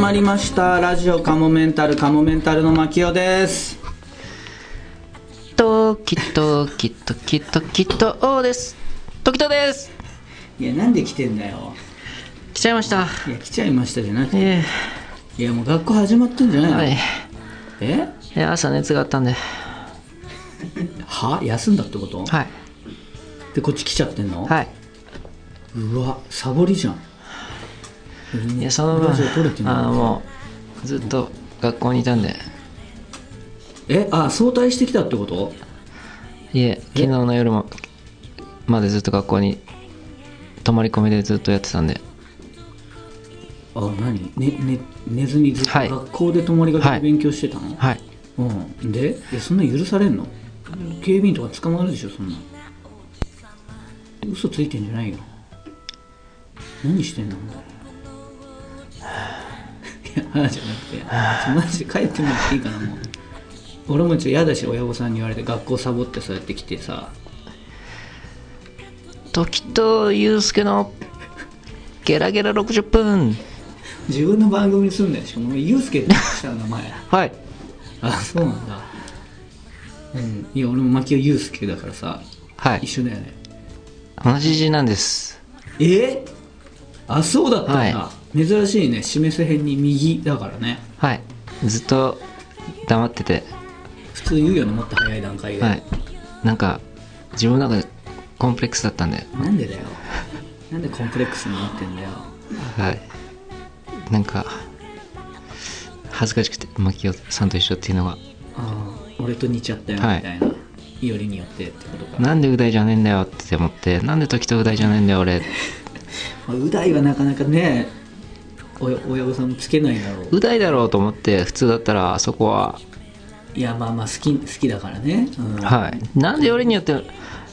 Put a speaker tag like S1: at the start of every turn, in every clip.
S1: まりましたラジオカモメンタルカモメンタルの牧雄です
S2: ときっときっときっときっとですときとです
S1: いやなんで来てんだよ
S2: 来ちゃいました
S1: いや来ちゃいましたじゃなくて
S2: え
S1: いやもう学校始まってんじゃ
S2: え
S1: ないの、
S2: はいい
S1: え
S2: や朝熱があったんで
S1: は休んだってこと、
S2: はい
S1: でこっち来ちゃってんの、
S2: はいう
S1: わサボりじゃん
S2: いやその分
S1: ラジオ撮れてんの
S2: あのもうずっと学校にいたんで
S1: えあ早退してきたってこと
S2: いえ昨日の夜もまでずっと学校に泊まり込みでずっとやってたんで
S1: あ何ねね寝ずにずっと
S2: はい
S1: 学校で泊まりがけ
S2: は
S1: で
S2: い
S1: 勉強してたの、
S2: はい
S1: うんでえそんな許されんの警備員とか捕まるでしょそんな嘘ついてんじゃないよ何してんのお前いや話じゃなくてマジで帰ってもらっていいかなもう俺もちょっと嫌だし親御さんに言われて学校サボってそうやって来てさ
S2: 時とゆうすけのゲラゲラ60分
S1: 自分の番組にすんだよしかも俺ユースケって言ってたの名前
S2: はい
S1: あそうなんだうんいや俺も牧尾ユースケだからさ
S2: はい
S1: 一緒だよね
S2: 同じ字なんです
S1: えあそうだったんだ、
S2: は
S1: 珍しいね示す辺に右だからね
S2: はいずっと黙ってて
S1: 普通言うよねもっと早い段階で、
S2: はいなんか自分の中でコンプレックスだったんで
S1: なんでだよなんでコンプレックスになってんだよ
S2: はいなんか恥ずかしくて牧雄さんと一緒っていうのが
S1: ああ俺と似ちゃったよみたいな、よりによってってことか、ま
S2: なんでう大じゃねえんだよって思ってなんで時とう大じゃねえんだよ俺
S1: あ、うだいはなかなかねお親御さんもつけないだろう
S2: う大だろうと思って普通だったらあそこはい
S1: やまあまあ好き好きだからね、うん
S2: はいなんでよりによって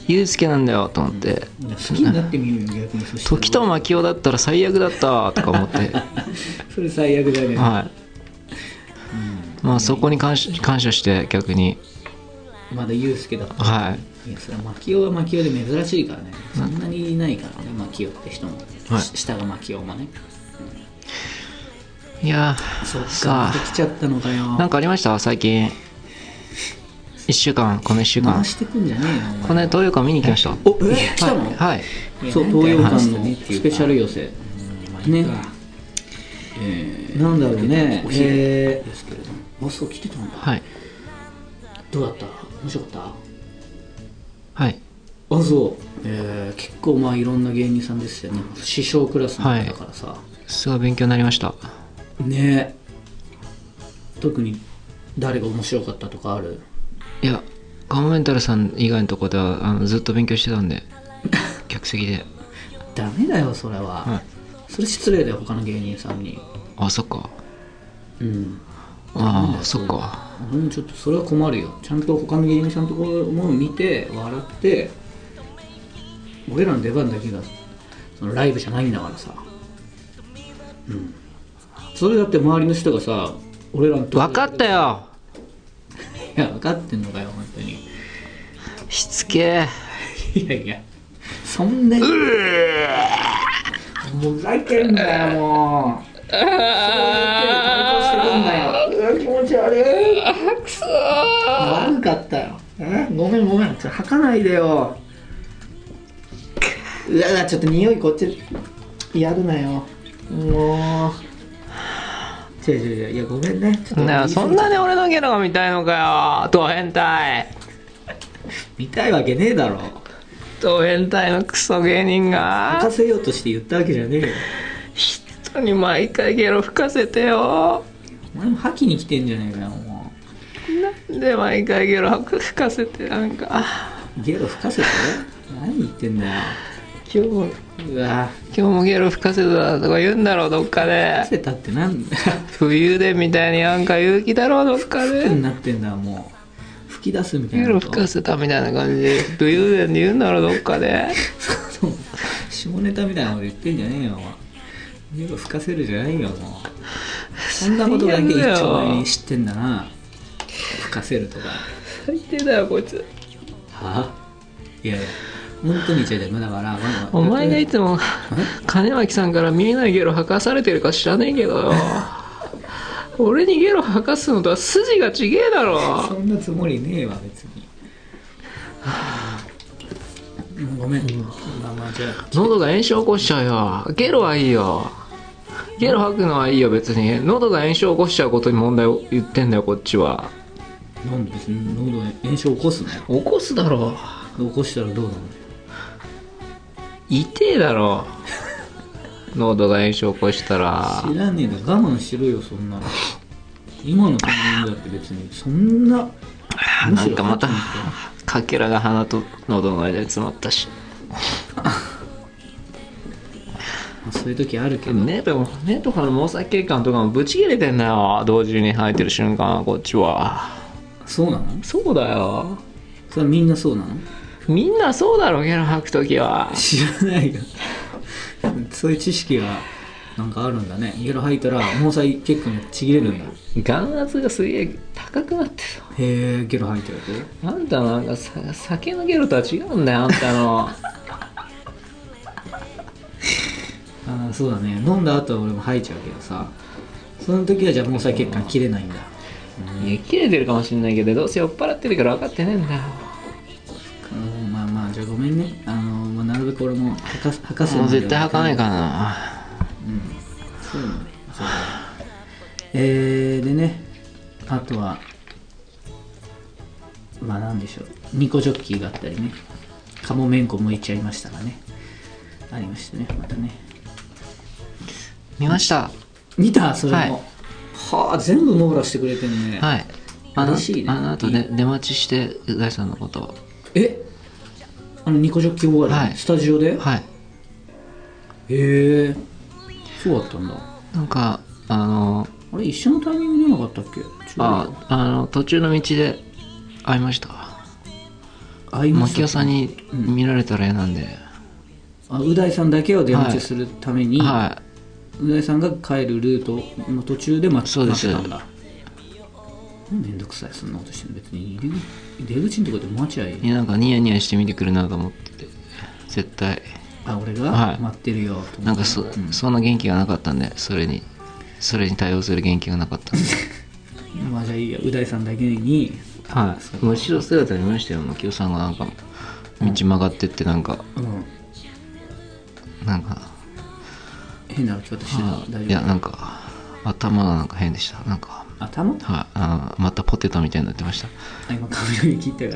S2: ゆうすけなんだよと思って
S1: いや好きになってみるよ逆にそしたら
S2: 時と牧雄だったら最悪だったとか思って
S1: それ最悪だね、
S2: はいまあそこに感謝感謝して逆に
S1: まだユースケだった
S2: はい
S1: いやそれはマキオはマキオで珍しいからねそんなにいないからねマキオって人も、
S2: はい
S1: し下がマキオもね
S2: いやー
S1: そっ
S2: さ
S1: かまた来ちゃったのかよ
S2: あなんかありました最近1週間この1週間
S1: 回してくんじゃねえよ
S2: この東洋館見に行きました
S1: お前おえ来たの、
S2: はい
S1: そう東洋館のスペシャル寄せねなんだろうねえですけれどもあそう来てたんだ
S2: はい
S1: どうだった面白かった
S2: はい
S1: あそう、えー結構まあいろんな芸人さんですよね師匠クラスの方だからさ、
S2: すごい勉強になりました
S1: ねえ特に誰が面白かったとかある
S2: いやカモメンタルさん以外のとこではあのずっと勉強してたん で客席で
S1: ダメだよそれは、
S2: はい
S1: それ失礼だよ他の芸人さんに
S2: あそっか
S1: うん
S2: ああそっか
S1: 俺もちょっとそれは困るよちゃんと他の芸人さんのところも見て笑って俺らの出番だけがそのライブじゃないんだからさうんそれだって周りの人がさ俺らのとこ
S2: 分かったよ
S1: いや分かってんのかよ本当に
S2: しつけ
S1: いやいや、そんなに。もうふざけんなよ、もう。そういう手で対抗してくんなよ。うわ気持ち悪い。悪かったよ。えごめんごめん。ちょっと吐かないでよ。うわ、ちょっと匂いこっち。やるなよ。もう。違う違う違う。いや、ごめんね。ちょっと
S2: なそんなに俺のゲロが見たいのかよド変態
S1: 見たいわけねえだろ。
S2: ド変態のクソ芸人
S1: 吐か
S2: が
S1: せようとして言ったわけじゃねえよ。
S2: 人に毎回ゲロ吹かせてよ
S1: お前も吐きに来てんじゃねえかよ、もう。
S2: なんで毎回ゲロ吹かせてなんかあ
S1: ゲロ吹かせて何言ってんだよ
S2: 今日も
S1: うわ
S2: 今日もゲロ吹かせたとか言うんだろうどっ
S1: 吹
S2: か
S1: か
S2: で
S1: せたってなんだ
S2: 冬でみたいになんか勇気だろうどっか
S1: に
S2: で
S1: なってんだもう吹き出すみたい
S2: ゲ
S1: なこ
S2: ロ吹
S1: と
S2: かせたみたいな感じで冬で言うんだろうどっかで
S1: そう下ネタみたいなこと言ってんじゃねえよゲロ吹かせるじゃないよもうそんなことだけ一丁前に知ってんだな吹かせるとか
S2: 最低だよこいつ
S1: はあいやいや本当にじゃだだから
S2: お前がいつも金巻さんから見えないゲロ吐かされてるか知らねえけどよ
S3: 俺にゲロ吐かすのとは筋がちげえだろ
S1: そんなつもりねえわ別にうんごめん、まあまあじゃあ
S3: 喉が炎症起こしちゃうよゲロはいいよゲロ吐くのはいいよ別に喉が炎症起こしちゃうことに問題を言ってんだよこっちは
S1: なんで別に喉に炎症起こすの
S3: 起こすだろ
S1: 起こしたらどうなのよ
S3: 痛えだろ喉が炎症起こしたら
S1: 知らねえだ我慢しろよそんなの今のタイミングだって別にそんなむ
S2: な
S1: し
S2: ん
S1: ろ
S2: かまた
S1: 吐
S2: かけらが鼻と喉の間に詰まったし
S1: くのそういう時あるけど
S2: 目と目とかの毛細血管とかもぶち切れてんだよ同時に吐いてる瞬間こっちは
S1: そうなの
S2: そうだよ
S1: それはみんなそうなの
S2: みんなそうだろゲロ吐く時は
S1: 知らないが そういう知識がなんかあるんだねゲロ吐いたら毛細血管がちぎれるんだ、
S2: 眼圧がすげえ高くなってさ
S1: へえゲロ吐いてると
S2: あんたなんかさ酒のゲロとは違うんだよあんたの
S1: ああそうだね飲んだ後は俺も吐いちゃうけどさその時はじゃあ毛細血管切れないんだ
S2: いや切れてるかもしんないけどどうせ酔っ払ってるから分かってねえんだよ
S1: うんまあまあじゃあごめんねあの、まあ、なるべく俺も吐かす吐かす
S2: もう絶対
S1: 吐
S2: 吐かないからな
S1: うんそうだねそうだねえー、でねあとはまあなんでしょうニコジョッキーがあったりねカモメンコ向いちゃいましたがねありましたねまたね
S2: 見ました
S1: 見たそれも
S2: はい
S1: はあ、全部網羅してくれてるね、
S2: はいあの
S1: 嬉しいね
S2: あの後で出待ちして大さんのことを
S1: えあのニコジョッキー終わり、
S2: はい
S1: スタジオで、
S2: はい
S1: へえそうだったんだ
S2: なんかあの
S1: あれ一緒のタイミングじゃなかったっけ違う
S2: ああの途中の道で会いました
S1: あいま
S2: 牧
S1: した
S2: キさんに見られたら嫌なんで、
S1: あう大さんだけを出待ちするために、
S2: は
S1: うなえさんが帰るルートの途中で待ち
S2: そうです
S1: 待ってたんだめんどくさいそんなことしてんの別に入り口出口のとこで待ちゃいい
S2: いいやなんかニヤニヤして見てくるなと思ってて絶対
S1: あ俺
S2: は
S1: が
S2: い
S1: 待ってるよと思って
S2: なんかそ,、ん、そんな元気がなかったんでそれにそれに対応する元気がなかった んで
S1: まあじゃあいいやう大さんだけに
S2: はい後ろ姿見ましたよ牧キさんがなんか道曲がってってなんか、
S1: うん
S2: なんか
S1: 変な歩き方して
S2: あ
S1: た大
S2: い
S1: 丈
S2: やなんか頭がなんか変でしたなんか
S1: 夫頭
S2: はいあまたポテトみたいになってました
S1: あ今髪の毛切ったか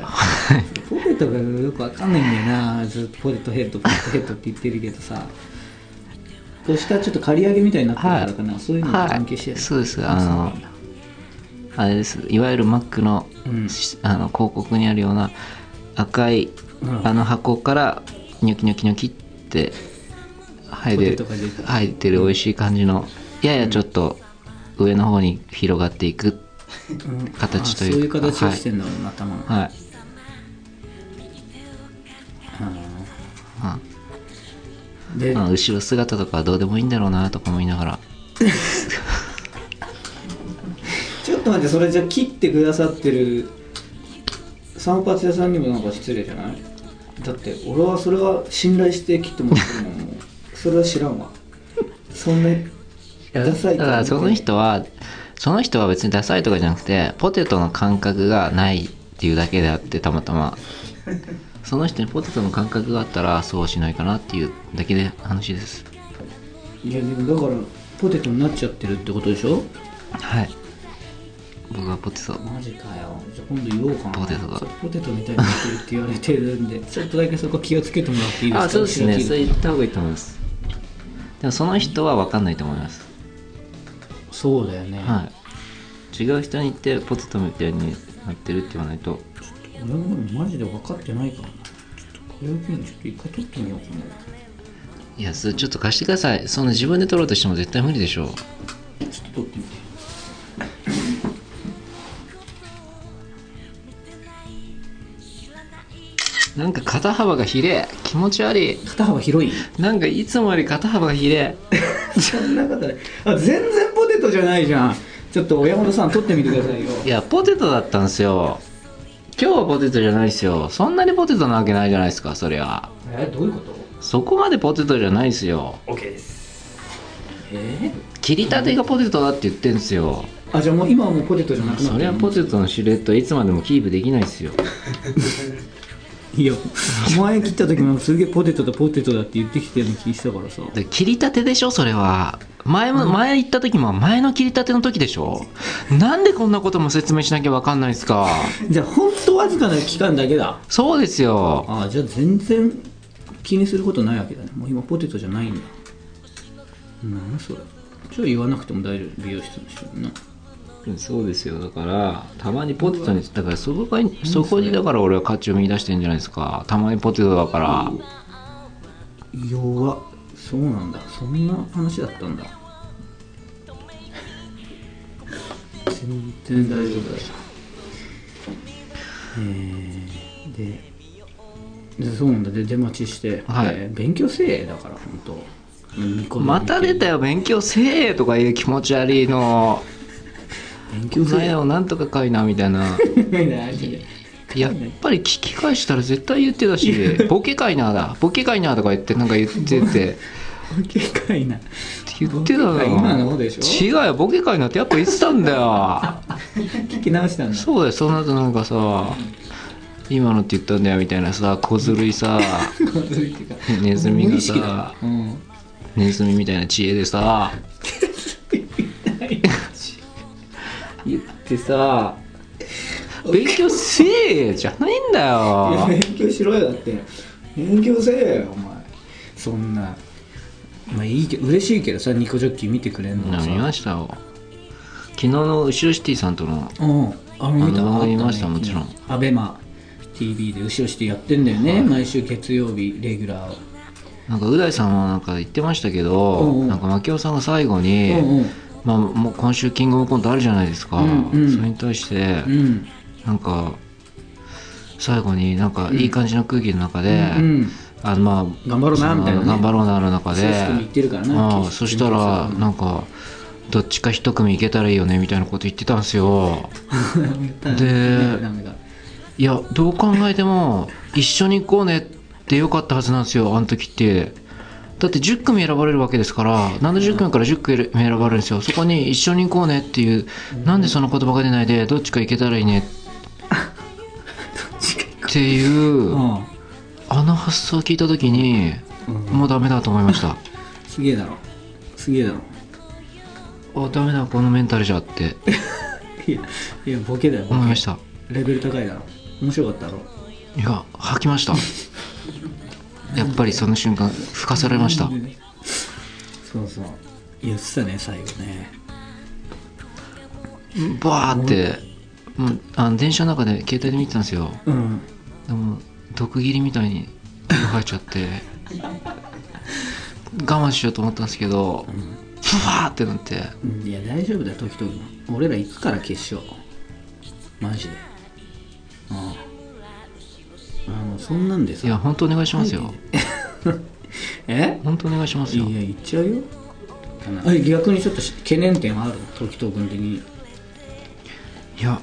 S1: らポテトがよくわかんないんだよなずっとポテトヘッドポテトヘッドって言ってるけどさこう下ちょっと刈り上げみたいになってるからかな、そういうのが関係してる、
S2: そうですあのあれですいわゆるマックの,、
S1: うん
S2: しあの広告にあるような赤い、
S1: うん
S2: あの箱からニョキニョキニョキって入
S1: ポ
S2: れ
S1: テトが出てる
S2: 入ってる美味しい感じのややちょっと上の方に広がっていく、
S1: うん
S2: 形という
S1: あ
S2: か
S1: そういう形をしてんだろうな、頭が
S2: はい、
S1: うんで、
S2: まあ後ろ姿とかはどうでもいいんだろうなとか思いながら
S1: ちょっと待ってそれじゃあ切ってくださってる散髪屋さんにもなんか失礼じゃないだって俺はそれは信頼して切ってもらってるもんもうそれは知らんわそんなダサい
S2: だからその人はその人は別にダサいとかじゃなくてポテトの感覚がないっていうだけであってたまた まその人にポテトの感覚があったらそうしないかなっていうだけで話です
S1: いやでもだからポテトになっちゃってるってことでしょ
S2: はい僕はポテト
S1: マジかよじゃあ今度言おうかな
S2: ポテトが
S1: ポテトみたいになってるって言われてる んでちょっとだけそこ気をつけてもらっていいですか
S2: あそうですね
S1: 後
S2: そ
S1: ろ
S2: れ
S1: 切る
S2: 言った方がいいと思いますでもその人は分かんないと思います
S1: そうだよね、
S2: はい違う人に言ってポテトみたいになってるって言わないと
S1: 俺もマジで分かってないからなちょっとこれを機にちょっと一回撮ってみようか
S2: いやそれちょっと貸してくださいそんな自分で取ろうとしても絶対無理でしょう
S1: なちょっと撮ってみて
S2: なんか肩幅がひれえ気持ち悪い
S1: 肩幅広い
S2: なんかいつもより肩幅がひれえ
S1: そんなことないあ全然ポテトじゃないじゃんちょっと親本さん撮ってみてくださいよ
S2: いやポテトだったんですよ今日はポテトじゃないですよそんなにポテトなわけないじゃないですかそりゃ
S1: えどういうこと
S2: そこまでポテトじゃないですよ
S1: ?OK ですえ
S2: 切りたてがポテトだって言ってんですよ
S1: ー、あじゃあもう今はもうポテトじゃなくなって
S2: そりゃポテトのシルエットはいつまでもキープできないですよ
S1: いやお前切った時もすげえポテトだポテトだって言ってきたような気したからさ
S2: で切りたてでしょそれは前も、前行った時も前の切りたての時でしょなんでこんなことも説明しなきゃ分かんないんすか
S1: じゃあほんとわずかな期間だけだ
S2: そうですよ
S1: ああじゃあ全然気にすることないわけだねもう今ポテトじゃないんだ何それじゃあ言わなくても大丈夫美容室の人にな
S2: そうですよだからたまにポテトにだからそこにそこにだから俺は価値を見出してんじゃないですかたまにポテトだから
S1: 弱そうなんだそんな話だったんだ全然大丈夫だよえー、ででそうなんだで出待ちして、
S2: はい
S1: えー勉強せえだから本当うんこの
S2: また出たよ勉強せえとかいう気持ち悪いの
S1: 勉強せ
S2: 内
S1: え
S2: 容なんとかかいなみたい なやっぱり聞き返したら絶対言ってたしボケかいなだボケかいなとか言ってなんか言ってて
S1: 結構いな
S2: 言ってたの
S1: 今のでしょ
S2: 違うよボケかいなってやっぱ言ってたんだ よ
S1: 聞き直したんだ
S2: そうだよその後なんかさ今のって言ったんだよみたいなさ小ずるいさネズミ
S1: 無
S2: が
S1: 意識だ
S2: さ
S1: なうん
S2: ネズミみたいな知恵でさ 言ってさ勉強せえじゃないんだ
S1: いや
S2: よ
S1: 勉強しろよだって勉強せえよお前そんなまあいいけど嬉しいけどさニコジョッキー見てくれんの
S2: いや
S1: さ
S2: 見ましたよ昨日の後ろシティさんとの
S1: うんあの見た
S2: あの
S1: あったね
S2: 見ましたもちろん
S1: アベマ TV で後ろしてやってんだよね、毎週月曜日レギュラーを
S2: なんかう大さんもなんか言ってましたけど、
S1: うんうん
S2: なんか槙尾さんが最後に、
S1: うんうん
S2: まあ、もう今週キングオブコントあるじゃないですか、
S1: うんうん
S2: それに対して、
S1: うん
S2: なんか最後になんかいい感じの空気の中で、
S1: うん
S2: あのまあ
S1: 頑張ろうなみたいなね
S2: その頑張ろうなの中で
S1: そうそう言ってるからな
S2: ああ
S1: 決して
S2: そしたら
S1: うん
S2: なんかどっちか一組いけたらいいよねみたいなこと言ってたんですよで
S1: ダメだ
S2: いやどう考えても一緒に行こうねってよかったはずなんですよあの時ってだって10組選ばれるわけですからなんで10組から10組選ばれるんですよそこに一緒に行こうねっていうなんでその言葉が出ないでどっちか行けたらいいねっていう
S1: うん
S2: あの発想を聞いた時にもうダメだと思いました
S1: すげえだろすげえだろ
S2: あダメだこのメンタルじゃって
S1: いやいやボケだよボケ
S2: 思いました
S1: レベル高いだろ面白かったろ
S2: いや吐きましたやっぱりその瞬間吹かされました
S1: そうそう言ってたね最後ね
S2: バーってもうあの電車の中で携帯で見てたんですよ
S1: うん
S2: でも毒斬りみたいに入っちゃって我慢しようと思ったんですけどふわーってなって
S1: うんいや大丈夫だよ時々俺ら行くから決勝マジであああのそんなんで
S2: いや
S1: さ
S2: 本当お願いしますよ
S1: え
S2: 本当お願いします
S1: いや
S2: よ
S1: 行っちゃうよかなえ逆にちょっとし懸念点ある時藤君的に
S2: いや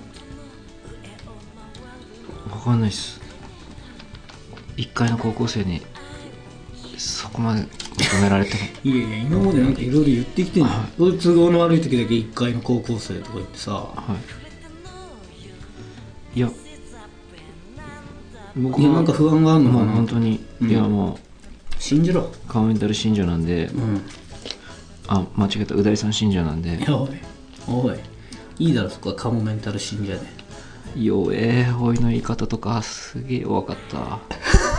S2: わかんないっす一回の高校生にそこまで求められても
S1: いやいや今までなんかいろいろ言ってきてんじゃんそういう都合の悪い時だけ1階の高校生とか言ってさ
S2: はいいや僕
S1: いやなんか不安があるの
S2: も
S1: か
S2: う本
S1: な
S2: 当に、
S1: うん
S2: いやも
S1: 信じろ
S2: うカウメンタル信者なんで
S1: うん
S2: あ間違えたうだりさん信者なんで
S1: いやおいおいいいだろそこはカモメンタル信者で
S2: よえーおいの言い方とかすげえ弱かった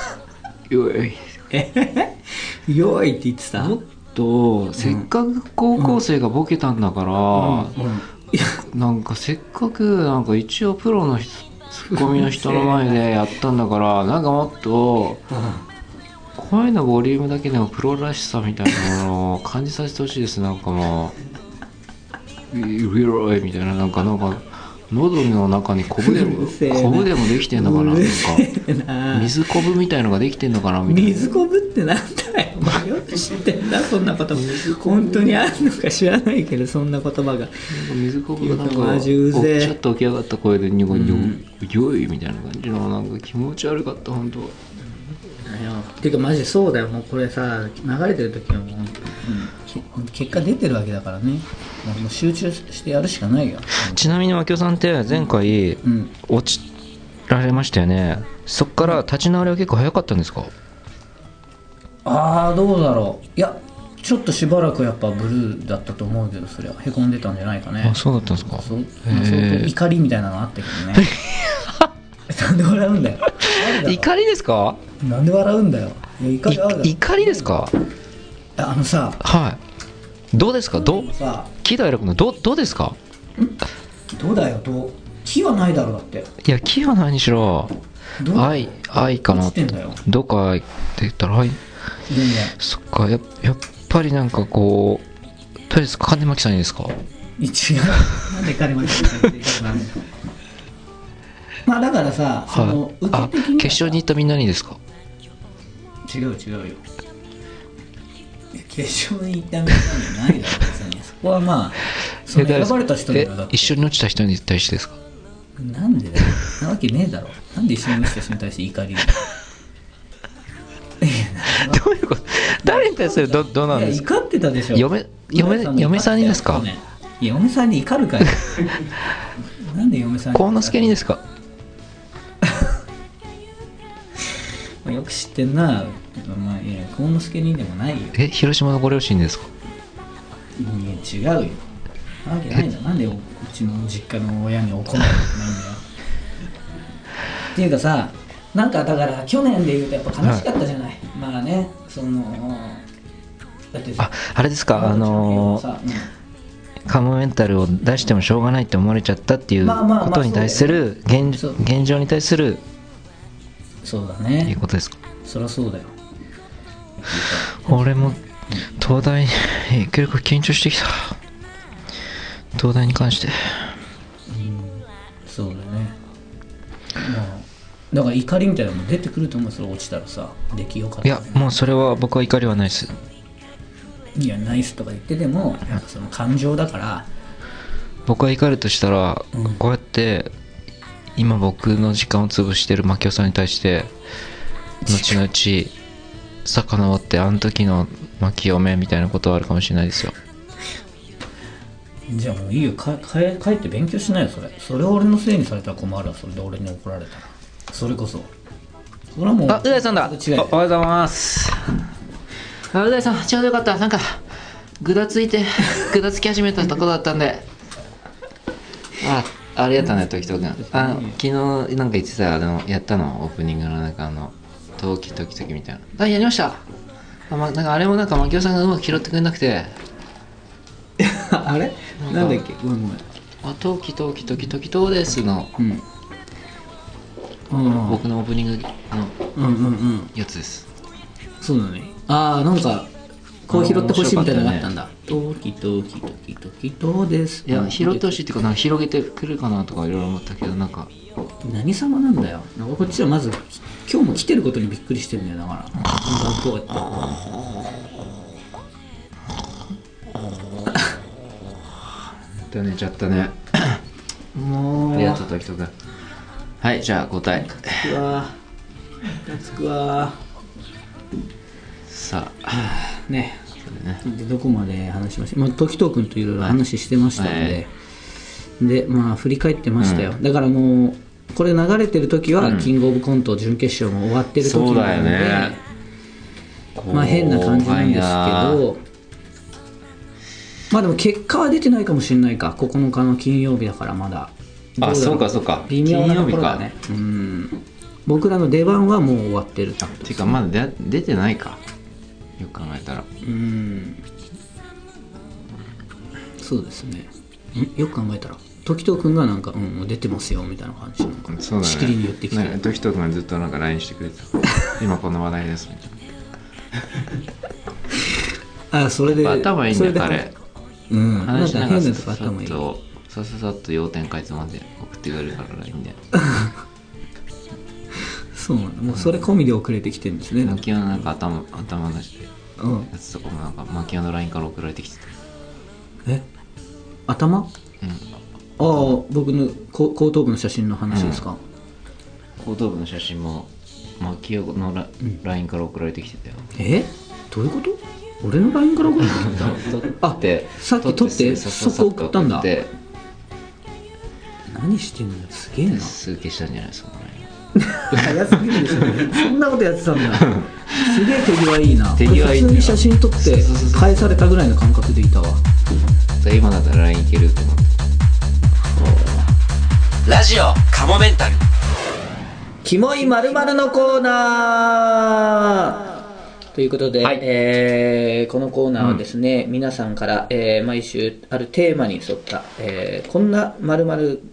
S2: よえ
S1: よーいって言ってた
S2: もっとせっかく高校生がボケたんだから、
S1: いや
S2: なんかせっかくなんか一応プロの人ツッコミの人の前でやったんだからなんかもっと声のボリュームだけでもプロらしさみたいなものを感じさせてほしいですなんかもう「ういろい」みたいななんかなんか喉の中にコブで
S1: う
S2: も
S1: るせえな
S2: コブでもできてんのかな
S1: う
S2: なん
S1: る
S2: か
S1: えな
S2: 水コブみたいのができてんのかなみたいな
S1: 水こぶってなんだよお前よく知ってんだそんな言葉本当にあるのか知らないけどそんな言葉が
S2: 水コブがなんか
S1: マジうぜえ
S2: ちょっと起き上がった声でニョコニ
S1: うん
S2: ョコ「よい」みたいな感じのなんか気持ち悪かった本当
S1: てかマジそうだよもうこれさ流れてる時はもう、き結果出てるわけだからねもう集中してやるしかないよ
S2: ちなみに脇尾さんって前回
S1: うん
S2: 落ちられましたよねそっから立ち直りは結構早かったんですか
S1: ああどうだろういやちょっとしばらくやっぱブルーだったと思うけどそれはへこんでたんじゃないかね
S2: あそうだったんですか
S1: そうまあ相当怒りみたいなのあったけどねなんで笑うんだよ
S2: 怒りですか
S1: なんで笑うんだよいや怒りあるだろ
S2: い怒りですか
S1: ああのさ
S2: はいどうですかどう
S1: さ
S2: 喜大楽のどうどうですか
S1: どうだよどう木はないだろうだって
S2: いや喜は何しろ
S1: どう
S2: 愛愛かな
S1: 落ちてんだよ
S2: どうか愛って言ったら愛
S1: 全然
S2: そっかややっぱりなんかこうとりあえず金巻さんにですか
S1: 一応なんで彼まで まあだからさその
S2: はい
S1: 受
S2: あ
S1: け的には
S2: 決勝に行ったみんなにですか
S1: 違う違うよいや決勝に行ったみたいじゃないだろ別に そこはまあその
S2: え
S1: 選
S2: 誰です
S1: ばれた人だよ
S2: え
S1: だって
S2: 一緒に落ちた人に対してですか
S1: なんでだよなわけねえだろなんで一緒に落ちた人に対して怒りを
S2: どういうこと誰に対するどどうなん
S1: いや
S2: ですか
S1: 怒ってたでしょ
S2: 嫁嫁嫁さんにですか
S1: そうねいや嫁さんに怒る かよなんで嫁さんに怒る
S2: 幸之助にですか
S1: まあよく知ってんなまあいや幸之助にでもないよ
S2: え広島のご両親ですか
S1: いや違うよなわけないじゃんなんでおうちの実家の親に怒られたくないんだよっていうかさなんかだから去年で言うとやっぱ悲しかったじゃない、まあねそのだって
S2: ああれですかあのー
S1: さ
S2: カモメンタルを出してもしょうがないって思われちゃったっていう
S1: まあまあまあ
S2: ことに対する現
S1: そう
S2: 現状に対する
S1: うんそうだ
S2: いう
S1: ね
S2: ことですか
S1: そりゃそうだよ
S2: 俺も東大に 結構緊張してきた東大に関して
S1: そうだねまあだから怒りみたいなのも出てくると思うよそれ落ちたらさ出来よかった
S2: いやもうそれは僕は怒りはないです
S1: いやナイスとか言っててもやっぱその感情だから
S2: 僕は怒るとしたら、こうやって今僕の時間を潰してる槙尾さんに対して後々遡ってあの時の槙尾めみたいなことはあるかもしれないですよ
S1: じゃあもういいよかかえ帰って勉強しないよそれそれを俺のせいにされたら困るわそれで俺に怒られたらそれこそそれはもう
S2: あ、うだいさんだ。おおは
S1: 違う
S2: ようございます。あ、うだいさん、ちょうどよかった。なんか、ぐだついて、 ぐだつき始めたとこだったんで。あ、あれやったね、時々君。あの、昨日なんか言ってた、あの、やったの、オープニングの中の、トキトキトキみたいな。あ、やりました。あ、ま、なんかあれもなんか、牧雄さんがうまく拾ってくれなくて、
S1: あれ
S2: なんだっ
S1: けごめんごめん
S2: あ、トキトキトキトキトですの、
S1: うんうん
S2: 僕のオープニングの
S1: うんうんうん
S2: やつです。
S1: そうだねああなんかこう拾ってほしいみたいなのがあったんだ「トキトキトキトキトです」
S2: いや、拾ってほしいっていうか、なんか広げてくるかなとかいろいろ思ったけど、なんか、
S1: 何様なんだよなんかこっちはまず今日も来てることにびっくりしてるんだよだから学校や
S2: だねちゃったね
S1: ってもう
S2: ありがとう時人君はいじゃあ答え
S1: つくわムカつくわ
S2: さあ
S1: ね
S2: それね
S1: でどこまで話しましたまあ時藤君といろいろ話してましたんで、でまあ振り返ってましたよ、だからもうこれ流れてる時は、キングオブコント準決勝も終わってる時なの
S2: そ
S1: で
S2: うだよね
S1: まあ変な感じなんですけどまあでも結果は出てないかもしれないか9日の金曜日だからまだどだ
S2: あ
S1: ろ
S2: そうかそうか
S1: 微妙なところだねうん僕らの出番はもう終わってるってこと
S2: てかまだ出出てないかよく考えたら
S1: うんそうですねんよく考えたら時藤君がなんか、うん、もう出てますよみたいな感じなんか
S2: そうだね
S1: しきりに言ってきて
S2: なんか時人君がずっとなんか LINE してくれて た今この話題ですみたい
S1: あそれで
S2: な頭いいんだ
S1: それ
S2: よ
S1: で
S2: 彼
S1: うんなんか
S2: 話しな
S1: 変
S2: がら
S1: な
S2: さ
S1: とこ
S2: さ
S1: 頭
S2: っ
S1: いい
S2: とさっさっと要点解つまで送ってくれるから LINE で
S1: そうなんだもうそれ込みで遅れてきてるんですね、うん
S2: マキオのなんか頭頭のやつとかもなんかマキオの LINE から送られてきてた
S1: え頭
S2: うん
S1: ああ僕のこ後頭部の写真の話ですか、
S2: 後頭部の写真もマキオのラ LINE、から送られてきてたよ
S1: えどういうこと俺の LINE から送ってきた
S2: あって
S1: さっき撮って
S2: そう
S1: そこ送ったんだ
S2: さと送って
S1: 何してんのすげえな
S2: すぐ消したんじゃないですか
S1: 早すぎるでしょそんなことやってたん だすげえ手際いいな
S2: 手際いい
S1: 普
S2: な
S1: 通に写真撮って
S2: そうそうそう
S1: 返されたぐらいの感覚でいたわ
S2: それ今だったら LINE いけると思ってラジオカモメンタル
S1: キモいまるのコーナーということで、
S2: はい
S1: えーこのコーナーはですね、皆さんから、えー毎週あるテーマに沿った、えーこんなまる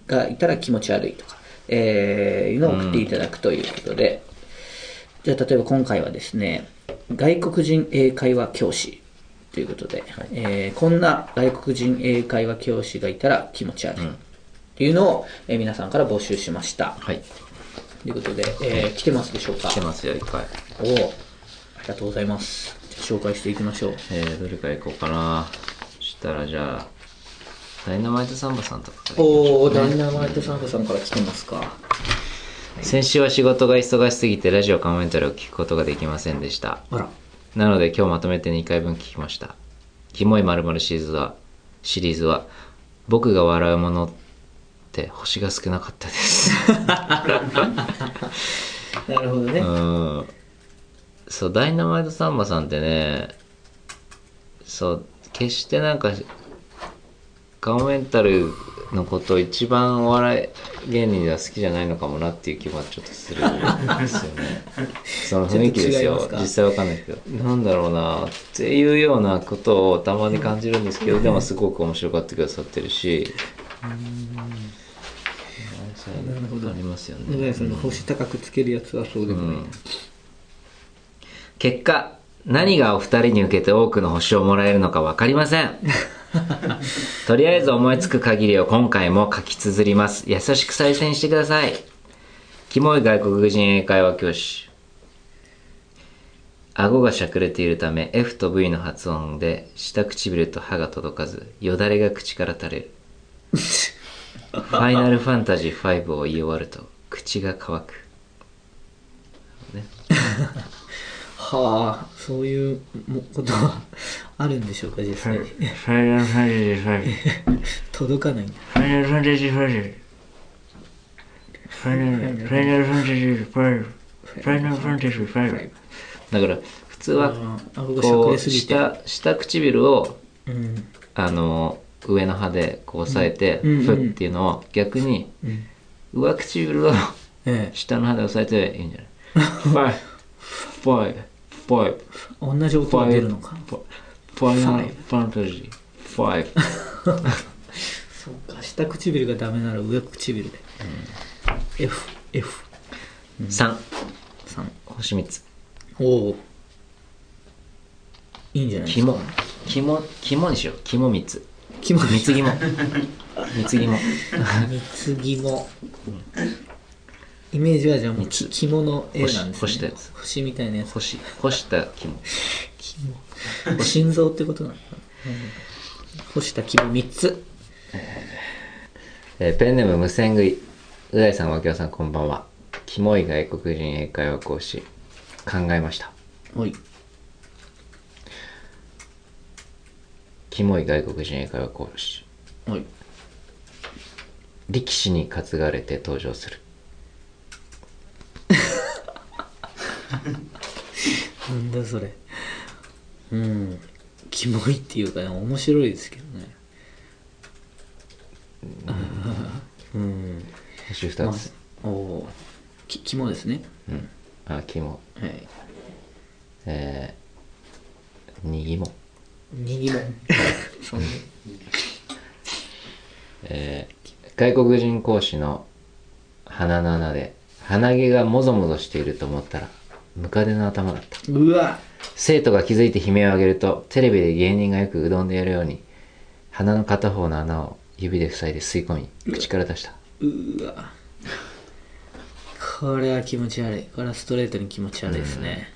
S1: がいたら気持ち悪いとか、えーいうのを送っていただくということで、じゃあ例えば今回はですね外国人英会話教師ということで、えーこんな外国人英会話教師がいたら気持ち悪いっていうのを、えー皆さんから募集しました。
S2: はい
S1: ということで、えー来てますでしょうか
S2: 来てますよ一回
S1: おおありがとうございますじゃあ紹介していきましょう
S2: えー、どれからいこうかなそしたらじゃあダイナマイトサンバさんとかから
S1: おおダイナマイトサンドさんから来てますか
S2: 先週は仕事が忙しすぎてラジオカモメンタルを聞くことができませんでした
S1: あら
S2: なので今日まとめて2回分聞きました。キモいまるシリーズは、シリーズは、僕が笑うものって星が少なかったです。
S1: なるほど
S2: う
S1: ね
S2: ん。そう、ダイナマイトサンバさんってね、そう、決してなんか、カモメンタルのことを一番お笑い芸人では好きじゃないのかもなっていう気はちょっとするんですよね。その雰囲気です
S1: ちょっと違いま
S2: よ
S1: すか
S2: 実際わかんないですけどなんだろうなっていうようなことをたまに感じるんですけどでもすごく面白がってくださってるしそういうことありますよね、
S1: ねその星高くつけるやつはそうで
S2: う
S1: もない、
S2: ん、結果何がお二人に受けて多くの星をもらえるのか分かりませんとりあえず思いつく限りを今回も書き綴ります優しく再選してくださいキモい外国人英会話教師顎がしゃくれているため F と V の発音で下唇と歯が届かずよだれが口から垂れるファイナルファンタジー5を言い終わると口が乾く
S1: はあそういうもことはあるんでしょうか実際に
S2: ファイナルファンタジー5
S1: 届かないんだ
S2: ファイナルファンタジー5。ファイナル、ファイナルファンタジー5。ファイナルファンタジー5。だから、普通は、
S1: あ顎がしゃく
S2: こ
S1: れ
S2: う、
S1: すぎて
S2: 下、下唇を、
S1: うん
S2: あの、上の歯でこう押さえて、
S1: うんうん
S2: ふっていうのを逆に、
S1: うん
S2: 上唇を
S1: ええ
S2: 下の歯で押さえていいんじゃ ないファイ、ファイ、ファイ、
S1: 同じ音が出るのか
S2: ファイナルファンタジー5。
S1: そうか下唇がダメなら上唇で、F F
S2: 3、
S1: さん
S2: 星3つ。
S1: おおいいんじゃないですか
S2: 肝、肝、肝にしよう。肝3つ。
S1: キモ
S2: 三つ肝三つ
S1: 三
S2: 肝
S1: つ肝イメージはじゃあもうき肝の絵なんですね
S2: 干したやつ
S1: 星みたいなやつ
S2: 干し干した肝
S1: 肝心臓ってことなのかなうん干した肝三つ
S2: えーペンネーム無線食いう大さん脇尾さんこんばんはキモい外国人英会話講師考えました
S1: おい
S2: キモい外国人英会話講師
S1: おい
S2: 力士に担がれて登場する
S1: なんだそれうんキモいっていうかね面白いですけどねうん
S2: 星2つ、
S1: おおき肝ですね
S2: うんあ肝
S1: はい
S2: えー、にぎも
S1: 右も そんな
S2: えー外国人講師の鼻の穴で鼻毛がもぞもぞしていると思ったらムカデの頭だった
S1: うわ
S2: 生徒が気づいて悲鳴を上げるとテレビで芸人がよくうどんでやるように鼻の片方の穴を指で塞いで吸い込み口から出した
S1: うわこれは気持ち悪いこれはストレートに気持ち悪いですね、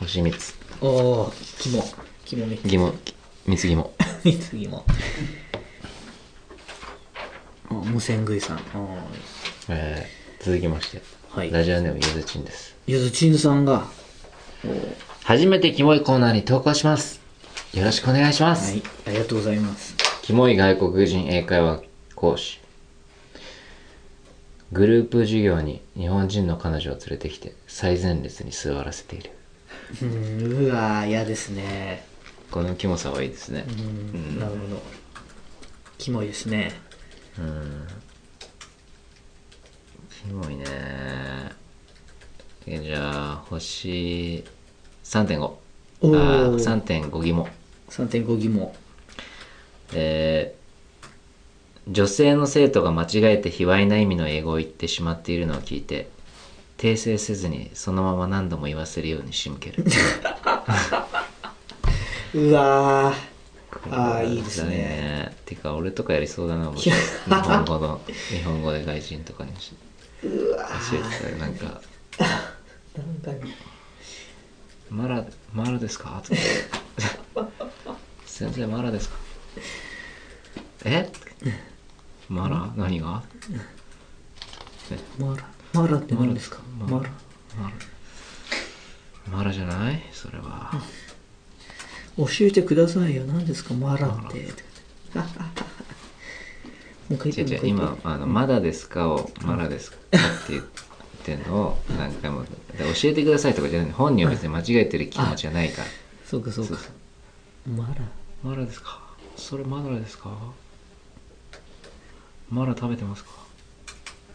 S2: 星3つ
S1: おお肝肝3つ
S2: 疑問三つ疑問
S1: 三つ肝あ無線食いさんあ
S2: えー続きまして、
S1: はい
S2: ラジオネームゆずちんです
S1: ゆずちんさんが
S2: は初めてキモいコーナーに投稿します。よろしくお願いします。
S1: はい、ありがとうございます。
S2: キモい外国人英会話講師グループ授業に日本人の彼女を連れてきて最前列に座らせている
S1: うーん、うわー、嫌ですね。
S2: このキモさはいいですね
S1: うーん、なるほど。キモいですね。
S2: キモいねえじゃあ星3.5あ
S1: お
S2: ー
S1: ー
S2: 3.5疑問
S1: 3.5疑問。
S2: えー女性の生徒が間違えて卑猥な意味の英語を言ってしまっているのを聞いて訂正せずにそのまま何度も言わせるように仕向ける
S1: うわー、 あー、いいですね。
S2: てか俺とかやりそうだなもう
S1: や
S2: 日本語の日本語で外人とかにし教えてたらなんか
S1: なんか
S2: 「マラマラですか?」とか「先生マラですか?」えマラ何が
S1: マラ、マラって何ですか
S2: マ
S1: マ
S2: ラ
S1: ラ。
S2: マラマラじゃないそれは
S1: 教えてくださいよ。何ですかマラって。 もう一回
S2: 違う
S1: 言って
S2: 違
S1: も
S2: う
S1: う一回言って
S2: 今あの「まだですか?」を「まだですか?」って言ってんのを何回も「で教えてください」とかじゃない本人は別に間違えてる気持ちはないから
S1: そうかそうか。マラ。
S2: 「まだですかそれまだですかまだ食べてますか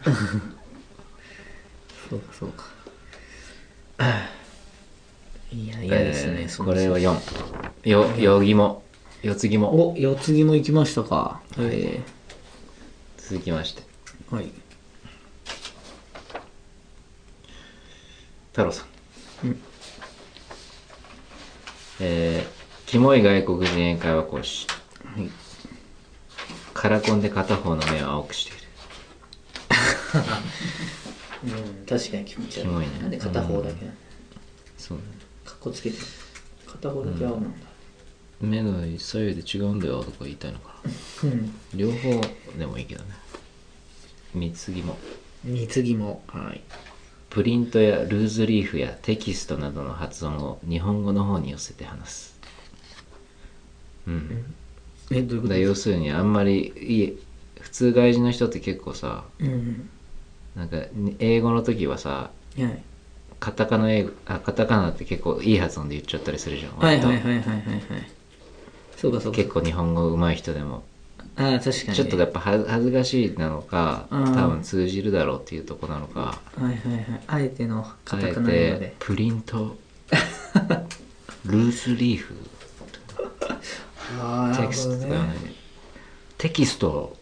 S1: そうかそうか。 いや、いや
S2: えー
S1: ですね。そん
S2: こ
S1: な
S2: れは4よよぎも四つぎも
S1: お、四つ木も行きましたか。え
S2: 続きまして
S1: ーはい。
S2: 太郎さん、
S1: うん
S2: えーキモい外国人英会話講師
S1: はい。
S2: カラコンで片方の目を青くしている
S1: うん、確かに気持ち
S2: キモいね
S1: なんで片方だけなの
S2: そうね
S1: かっこつけてる。片方だけ青なんだ。
S2: 目の左右で違うんだよとか言いたいのかな
S1: うん。
S2: 両方でもいいけどね三つぎも
S1: 三つ木も。はい。
S2: プリントやルーズリーフやテキストなどの発音を日本語の方に寄せて話すうん
S1: え、どういうこと
S2: だから要するにあんまりいい普通外人の人って結構さ
S1: うん。
S2: なんかに英語の時はさ
S1: はい。
S2: カタカナ英語あカタカナって結構いい発音で言っちゃったりするじゃん、
S1: はいはい
S2: 割
S1: はいはいはいはい。そうかそう
S2: と
S1: か。
S2: 結構日本語上手い人でも
S1: ああ、確かに。
S2: ちょっとやっぱは恥ずかしいなのか多
S1: うん
S2: 分通じるだろうっていうとこなのか
S1: はいはいはい。あえてのカ
S2: あ
S1: タ
S2: え
S1: カナ英語
S2: て
S1: で。
S2: プリン トルーズリーフ
S1: ああ、な
S2: テ
S1: る
S2: キ
S1: ほ
S2: ス
S1: ど
S2: トだよね
S1: ね。
S2: テキストを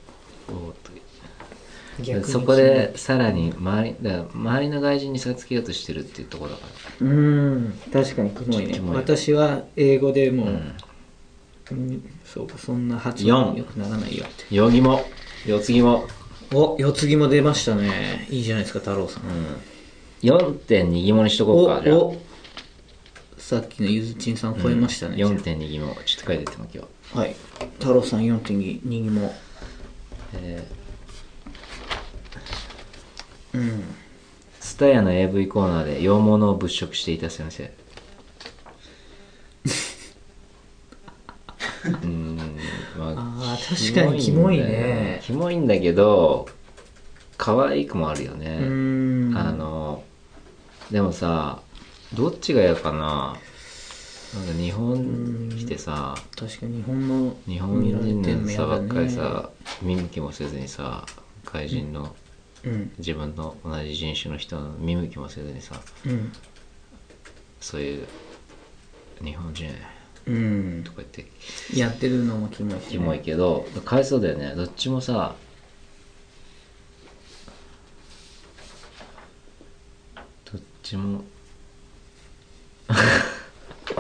S1: 逆に
S2: そこでさらに周りだから周りの外人に差つけようとしてるっていうところだか
S1: うーん確かにキモい
S2: キ
S1: ね
S2: モい
S1: 私は英語でも
S2: ら、
S1: う、
S2: うん、
S1: うんそうかそんな発
S2: 四
S1: 音よくならないよって
S2: よぎもよつぎも、
S1: お四つ木も出ましたねいいじゃないですか太郎さん
S2: うん、4.2疑問にしと
S1: お
S2: こうかじゃあ
S1: おさっきのゆずちんさん超えましたね、
S2: うん4.2疑問ちょっと書いてってもらおう今
S1: は
S2: 日
S1: い太郎さん4.2木も
S2: え
S1: うん
S2: スタヤの AV コーナーで羊毛のを物色していた 先生うーん、ま
S1: あー確かにキモいね
S2: キモんだよキモいんだけど可愛くもあるよ
S1: う
S2: ね、
S1: ーん
S2: あのでもさどっちが嫌かななんか日本来てさ
S1: 確かに日本の
S2: 日本人
S1: 見られてん
S2: の
S1: のや
S2: さ
S1: だ
S2: ばっ
S1: ね
S2: かりさ見向きもせずにさ外人の、
S1: うん
S2: 自分の同じ人種の人の見向きもせずにさ
S1: うん
S2: そういう日本人
S1: うん
S2: とか言って
S1: やってるのもキモいし、ね、
S2: キモいけどかわいそうだよねどっちもさどっちも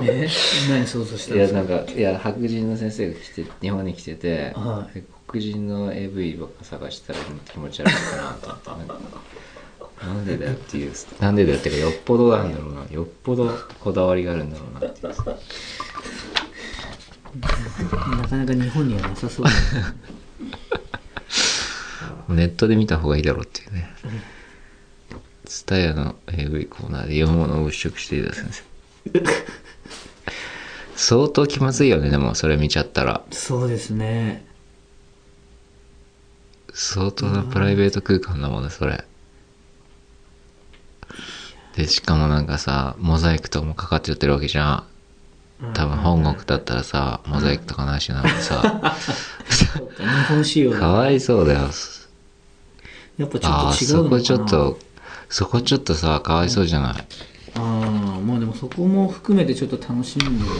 S1: え何想像した
S2: い
S1: んで
S2: や
S1: すか
S2: なんかいや白人の先生が来て日本に来てて、
S1: は
S2: 黒人の AV ばっか探してたら気持ち悪いかなと思ってなんかなんでだよっていうなんでだよっていうかよっぽどなんだろうなよっぽどこだわりがあるんだろうなっていう
S1: なかなか日本にはなさそうだね
S2: ネットで見た方がいいだろうっていうね。ツタヤの AV コーナーで読むものを物色していた先生。相当気まずいよねでもそれ見ちゃったら
S1: そうですね
S2: 相当なプライベート空間だもんねそれでしかもなんかさモザイクとかもかかっちゃってるわけじゃん多分本国だったらさモザイクとかなしなのにさ
S1: そうか日本仕様だ
S2: かわいそうだよ
S1: やっぱちょ
S2: ああ
S1: っと違う
S2: そ
S1: のか
S2: こ
S1: な
S2: ちょっとそこちょっとさかわいそうじゃない、
S1: ああまあでもそこも含めてちょっと楽しんでるのか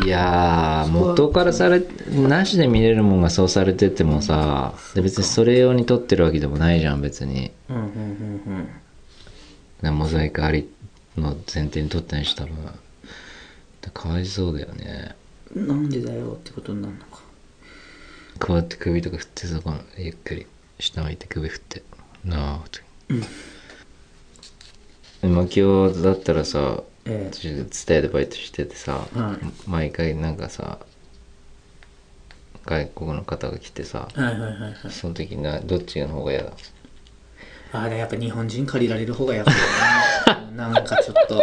S1: ない
S2: やー元からされなしで見れるもんがそうされててもさで別にそれ用に撮ってるわけでもないじゃん別に
S1: うんうんうんうん
S2: ねモザイクありの前提に撮ってないし多分かわいそうだよね
S1: なんでだよってことになるのか
S2: こうやって首とか振ってそこのゆっくり下向いて首振ってなあって、マキオだったらさ
S1: ええ
S2: 私伝えでバイトしててさ、
S1: はい
S2: 毎回なんかさ外国の方が来てさ
S1: はいはいはいはい
S2: その時などっちの方が嫌だ
S1: ああでもやっぱ日本人借りられる方がやっぱ りななんかちょっと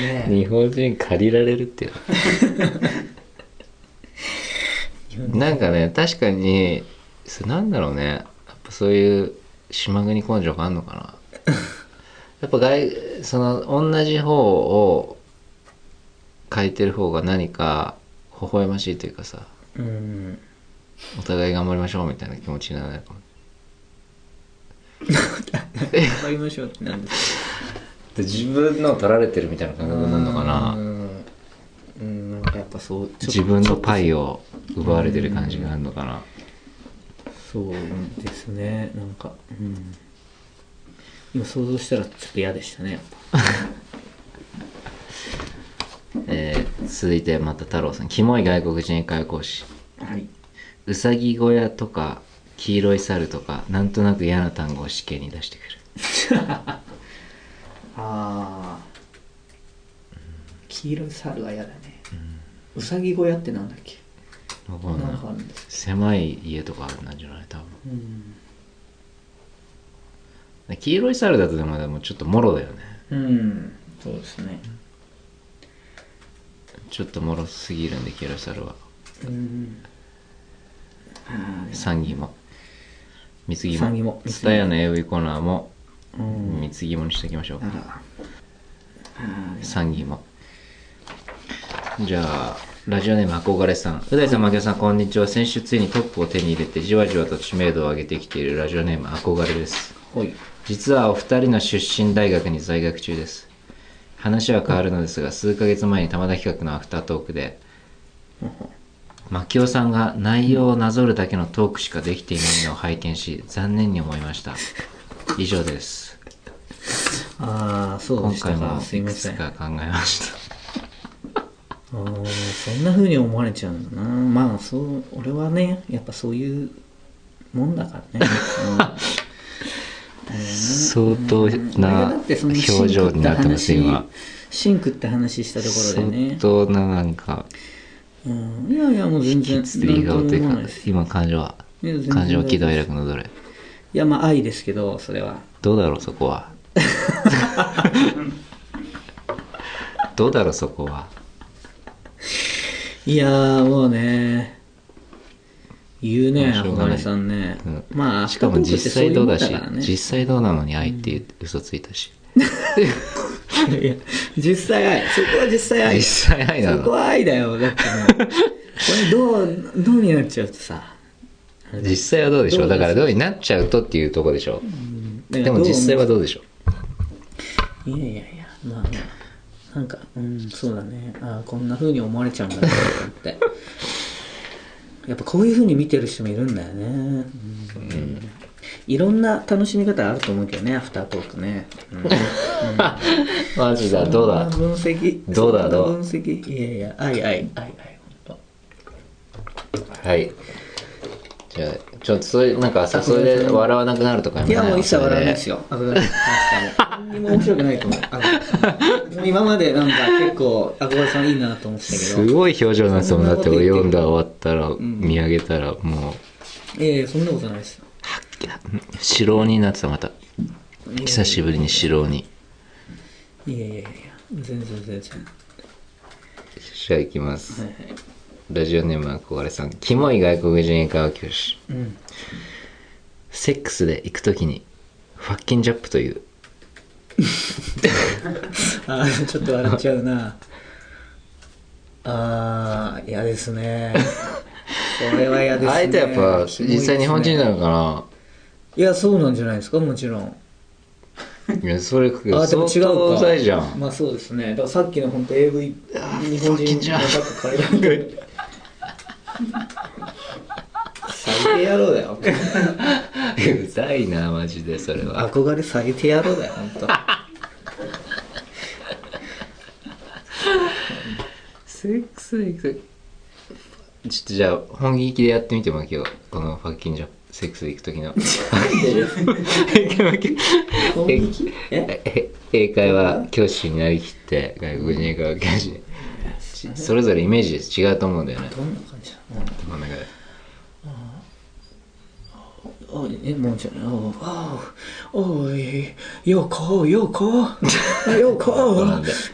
S1: ねえ
S2: 日本人借りられる っていうなんかね確かにそれなんだろうねやっぱそういう島国根性があんのかなやっぱ外その同じ方を書いてる方が何か微笑ましいというかさ
S1: うん
S2: お互い頑張りましょうみたいな気持ちになるかも
S1: 頑張りましょうってなんです
S2: で自分の取られてるみたいな感覚になるのか
S1: う
S2: なん
S1: うんなんかやっぱそうちょっと
S2: 自分のパイを奪われてる感じがあるのかな
S1: そうですねなんかうん今想像したらちょっと嫌でしたねやっぱ
S2: えー続いてまた太郎さんキモい外国人英会話講師
S1: はい。
S2: うさぎ小屋とか黄色い猿とかなんとなく嫌な単語を試験に出してくる
S1: ああ。黄色い猿は嫌だね。うさぎ小屋ってなんだっけ。
S2: わかんない
S1: なんかあるんです。
S2: 狭い家とかあるなんじゃない多分
S1: うん。
S2: で黄色い猿だとでもでもちょっともろだよね
S1: うん。そうですね。
S2: ちょっともろすぎるんで黄色い猿は
S1: うん。
S2: 三義も水着
S1: 三義
S2: も
S1: も
S2: 蔦屋の AV コーナーも
S1: うん。
S2: 三つ着もにしておきましょう
S1: あら。
S2: 三義もじゃあラジオネーム憧れさんう大さん槙尾さんこんにちは先週ついにトップを手に入れてじわじわと知名度を上げてきているラジオネーム憧れです
S1: ほい。
S2: 実はお二人の出身大学に在学中です話は変わるのですが数ヶ月前に玉田企画のアフタートークで牧雄さんが内容をなぞるだけのトークしかできていないのを拝見し残念に思いました以上です
S1: ああ、そう
S2: 今
S1: でした
S2: 回も
S1: か。すい
S2: い
S1: ま
S2: く
S1: せ
S2: つ
S1: ん。あ
S2: か考えました
S1: あー、そんな風に思われちゃうんだな。まあ、そう、俺はね、やっぱそういう。もんだからね。うん
S2: 相当
S1: 俺
S2: な
S1: だってその
S2: 表情になってます今
S1: シンクって話したところで
S2: 相
S1: ね、
S2: 当ななんか
S1: うん、いやいやもう全然
S2: きつい
S1: なん
S2: 顔と
S1: と
S2: い
S1: も思わ
S2: うか
S1: ないですい
S2: 今感情は
S1: や全然
S2: 感情を喜怒
S1: い
S2: 哀楽のどれ
S1: やまあ愛ですけどそれは
S2: どうだろうそ こはどうだろうそこはい
S1: やーもうね言うね
S2: まあしょう
S1: 憧
S2: がない
S1: れさんね、
S2: うん
S1: まあ
S2: しかも実際どうだし実
S1: 実
S2: 際どうなのに愛って言って嘘ついたし
S1: 際 いや実際愛そこは実際愛
S2: 実際愛な
S1: そこ
S2: の
S1: は愛だよだってもうこれどうどうになっちゃうとさ
S2: 実際はどうでしょ
S1: ど
S2: う
S1: うだ
S2: だからどうになっちゃうとっていうとこでしょ
S1: だから
S2: でも
S1: どう
S2: 実際はどうでしょ
S1: いやいやいや、まあまあ、なんか、うん、そうだね。ああ、こんな風に思われちゃうんだなと思って。 やっぱこういう風に見てる人もいるんだよね。うんいろんな楽しみ方あると思うけどね、アフタートークね。うん、
S2: うマジだどうだ
S1: そんな分析。
S2: どうだ
S1: そんな
S2: どう
S1: 分析。いやいや、あいあい、あいあい、ほんと。
S2: はいじゃあちょっとそういうなんかさそれで笑わなくなるとかも
S1: いや、もう一切
S2: それ
S1: 笑わないですよ。あの、なんかもう何にも面白くないと思う。あの今までなんか結構、憧れさんいいなと思ってたけど。
S2: すごい表情なんですもんだって俺読んだ終わったら見上げたらもう
S1: いやいや、そんなことないですよ。
S2: 白になってたまた久しぶりに白に
S1: いやいやいや、全然全然。
S2: じゃあいきます、
S1: はいはい
S2: ラジオネーム憧れさんキモい外国人英会話教師
S1: うん
S2: セックスで行くときにファッキンジャップという
S1: あーちょっと笑っちゃうなあー嫌です ねこれは嫌ですね
S2: あえてやっぱ
S1: キモいですね
S2: 実際日本人なのか
S1: いやそうなんじゃないですかもちろん
S2: ないやそ
S1: あ
S2: れ相
S1: ーでも違うか
S2: 当うざいじゃん
S1: まあそうですねだからさっきの本当 AV 日本人の中から最低野郎だよ
S2: うざいなマジでそれは
S1: 憧れ最低野郎だよ本当。
S2: セックスで行くときちょっとじゃあ本気でやってみても今日このファッキンジャップセックスで行くときの
S1: 本気え
S2: え英会話教師になりきって外国人英会話教師ちそれぞれイメージ違うと思うんだよね
S1: どんな感じだ、
S2: 頭の中で
S1: うん、あえもうじゃああおいようこうようこ うようこ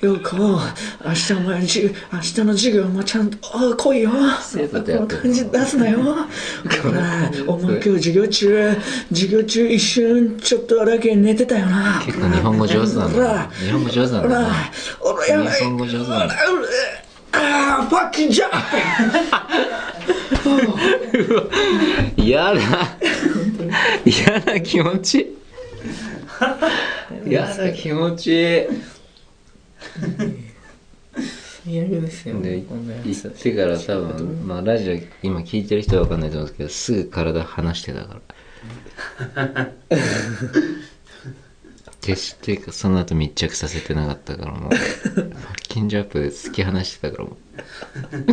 S1: うようこう明日の授業明日の授業もちゃんとああ来いよこ
S2: 生徒とやっ
S1: の
S2: てる
S1: 感じ出すな よほらお前今日授業中授業中一瞬ちょっとだけ寝てたよな
S2: 結構日本語上手なん
S1: ほ
S2: だ
S1: ら
S2: ね日本語上手なん
S1: ほ
S2: だ
S1: ら
S2: ね
S1: 俺やばい
S2: 日本語上手なんだ
S1: 俺ああファッキンジャンプ
S2: 嫌だ嫌な気持ち嫌な気持ち
S1: 最悪ですよ
S2: で
S1: ねこんなや
S2: 行
S1: つ
S2: ってから多分、まあ、ラジオ今聞いてる人は分かんないと思うんですけどすぐ体離してたから決してその後密着させてなかったからもうファッキンジャップで突き放してたからもう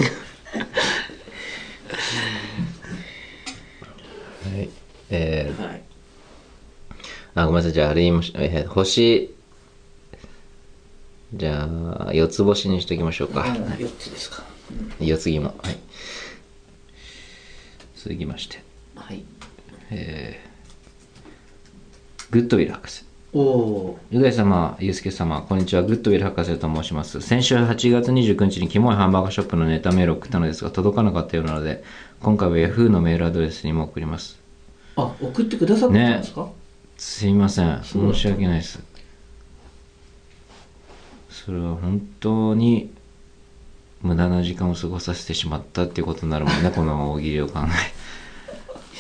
S2: はいえー、
S1: はい
S2: あごめんなさいじゃああれ言いましょう、えー星じゃあ四つ星にしときましょうか、
S1: あ四つですか
S2: 四つ木もはい続きまして
S1: はい
S2: えー、グッドウィル博士
S1: おお
S2: うがい様、ゆうすけ様、こんにちは。グッドウィル博士と申します。先週8月29日にキモいハンバーガーショップのネタメールを送ったのですが、届かなかったようなので、今回は Yahoo のメールアドレスにも送ります。
S1: あ送ってくださったんですか、
S2: すいません
S1: うだ
S2: 申し訳ないですそれは本当に無駄な時間を過ごさせてしまったっていうことになるもんねこの大喜利を考え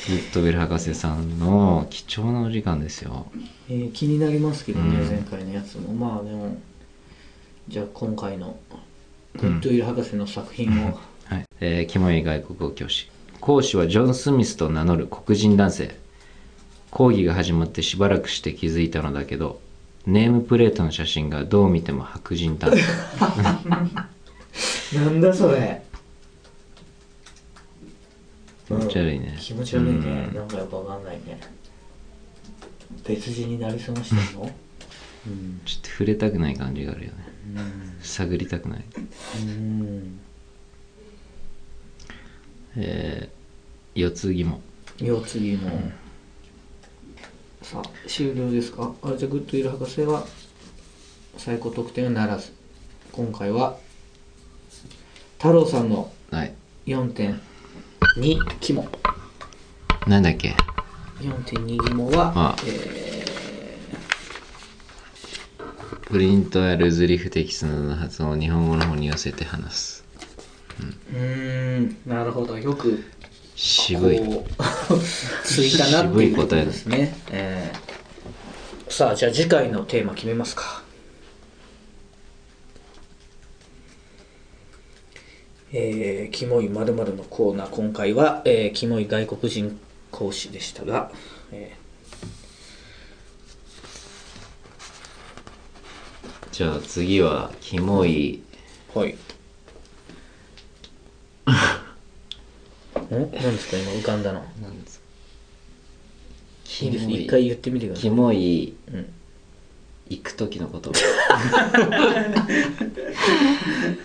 S2: グッドベル博士さんの貴重なお時間ですよ
S1: えー気になりますけどね、
S2: うん
S1: 前回のやつもまあでもじゃあ今回のグッドウィル博士の作品を、
S2: はいえー、キモい外国語教師講師はジョン・スミスと名乗る黒人男性講義が始まってしばらくして気づいたのだけどネームプレートの写真がどう見ても白人男性
S1: なんだ それ
S2: 気持ち悪いね
S1: 気持ち悪いね、
S2: うん
S1: なんかよくわかんないね別人になりすましてんのうん
S2: ちょっと触れたくない感じがあるよね
S1: うん
S2: 探りたくない
S1: うん
S2: えー、四つ木も
S1: 四つ木も、さあ終了ですかあれじゃあグッドイル博士は最高得点はならず今回は太郎さんの
S2: はい
S1: 4.2肝
S2: なんだっけ
S1: 4.2肝は
S2: あ
S1: え
S2: プリントやルーズリーフテキストなどの発音を日本語の方に寄せて話す
S1: ー、うーんなるほどよく
S2: 渋い
S1: こう ついたなっていうことですね、えーさあじゃあ次回のテーマ決めますかえー、キモいまるのコーナー今回は、えーキモい外国人講師でしたが、え
S2: じゃあ次はキモい
S1: ー はいん何ですか今浮かんだの
S2: なんですか
S1: い
S2: キ
S1: いです
S2: モ
S1: 一
S2: い
S1: 回言ってみてくださ
S2: キ
S1: い、
S2: モい
S1: うん、
S2: 行く時のこ
S1: あ
S2: と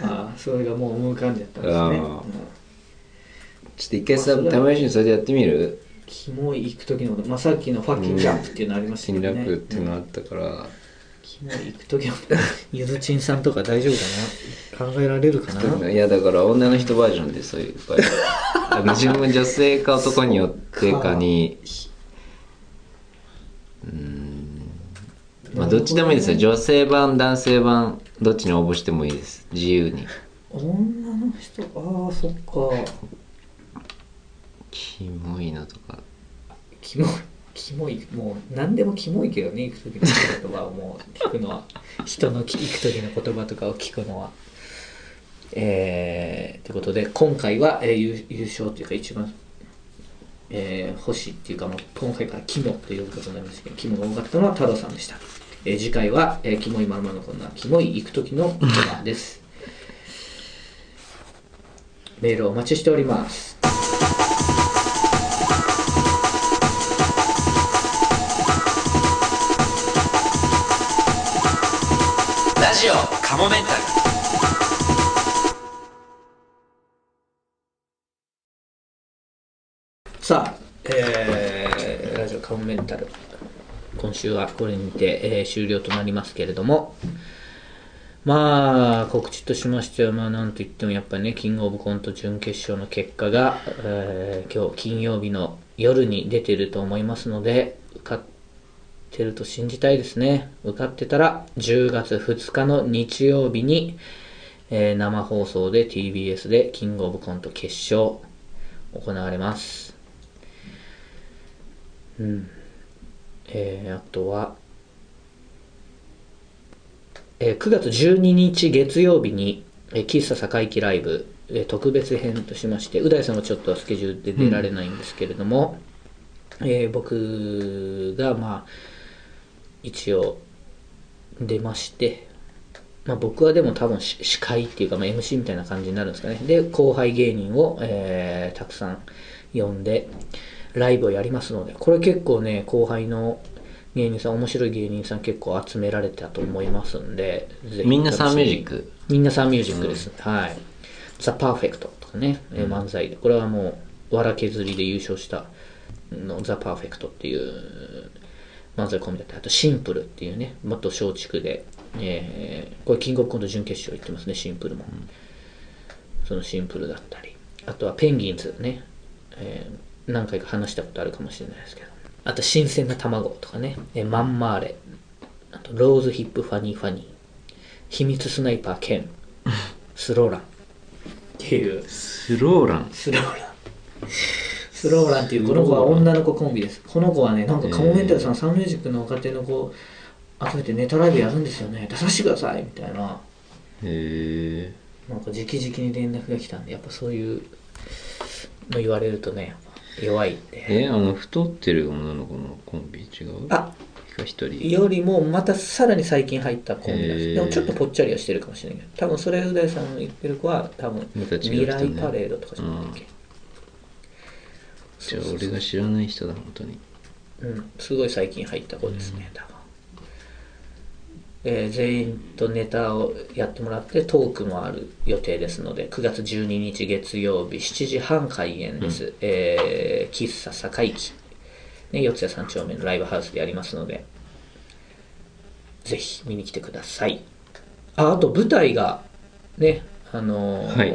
S1: あそれがもう思い浮かんじゃったんです
S2: あ
S1: ね、
S2: ー
S1: うん
S2: ちょっと一回さ試しにそれでやってみる
S1: キモい行く時のこと、まあ、さっきのファッキンジャンプっていうのありまし
S2: シ
S1: たけ
S2: ン
S1: ど
S2: ラ
S1: ね、
S2: ップっていうのあったから、
S4: 昨日行く時の ゆずちんさんとか大丈夫かな考えられるかな
S2: うんいやだから女の人バージョンでそういう 場合あの自分が女性か男によってかにうーんまあどっちでもいいですよ女性版男性版どっちに応募してもいいです自由に
S4: 女の人ああそっか
S2: キモいなとか
S4: キモいキモいもう何でもキモいけどね行く時の言葉をもう聞くのは人のき行く時の言葉とかを聞くのはえー、ということで今回は、えー優優勝というか一番えー、星っていうかもう今回からキモということになりましたけどキモが多かったのは太郎さんでした、えー次回は、えーキモいまるまるのこんなキモい行く時の言葉ですメールをお待ちしております
S2: ラジオカモメンタル
S4: さあ、えーラジオカモメンタル今週はこれにて、えー終了となりますけれどもまあ告知としましてはまあなんといってもやっぱりねキングオブコント準決勝の結果が、えー今日金曜日の夜に出てると思いますので受かってると信じたいですね受かってたら10月2日の日曜日に、えー生放送で TBS でキングオブコント決勝行われますうん。えー、あとは、えー9月12日月曜日に、えー喫茶堺木ライブ、えー特別編としまして、う大さんはちょっとスケジュールで出られないんですけれども、えー僕が、まあ、一応、出まして、まあ、僕はでも多分し司会っていうか、まあ、MC みたいな感じになるんですかねで後輩芸人を、えーたくさん呼んでライブをやりますのでこれ結構ね後輩の芸人さん面白い芸人さん結構集められたと思いますんで、ぜひ
S2: みんなサンミュージック
S4: みんなサンミュージックです。はい。ザ・パーフェクトとかね、えー漫才で。これはもう、わら削りで優勝したの、ザ・パーフェクトっていう漫才コンビだったりあと、シンプルっていうね、もっと松竹で、えーこれ、キングオブコント準決勝行ってますね、シンプルも。そのシンプルだったり。あとは、ペンギンズね、えー何回か話したことあるかもしれないですけど。あと、新鮮な卵とかね、えーマンマーレ。あと、ローズヒップファニーファニー。秘密スナイパー兼スローランっていう
S2: スローラン
S4: スローランスローランっていうこの子は女の子コンビですこの子はねなんかカモメンタルさん、サンミュージックの若手の子集めてネタライブやるんですよね出させてくださいみたいな
S2: へえ
S4: なんか直々に連絡が来たんでやっぱそういうの言われるとねやっぱ弱いんで
S2: えあの太ってる女の子のコンビ違う
S4: あ
S2: 一人
S4: よりもまたさらに最近入ったコンビなんで
S2: へ
S4: す
S2: ー
S4: でもちょっとぽっちゃりはしてるかもしれないけど多分それう大さんの言ってる子は多分
S2: また違う人ね
S4: 未来パレードとかじゃないっけ、
S2: うんじゃあ俺が知らない人だ本当に
S4: うん、すごい最近入った子ですね、多分、えー全員とネタをやってもらってトークもある予定ですので9月12日月曜日7時半開演です、えー喫茶堺木、ね、四谷三丁目のライブハウスでやりますのでぜひ見に来てくださいああと舞台がねあのー
S2: はい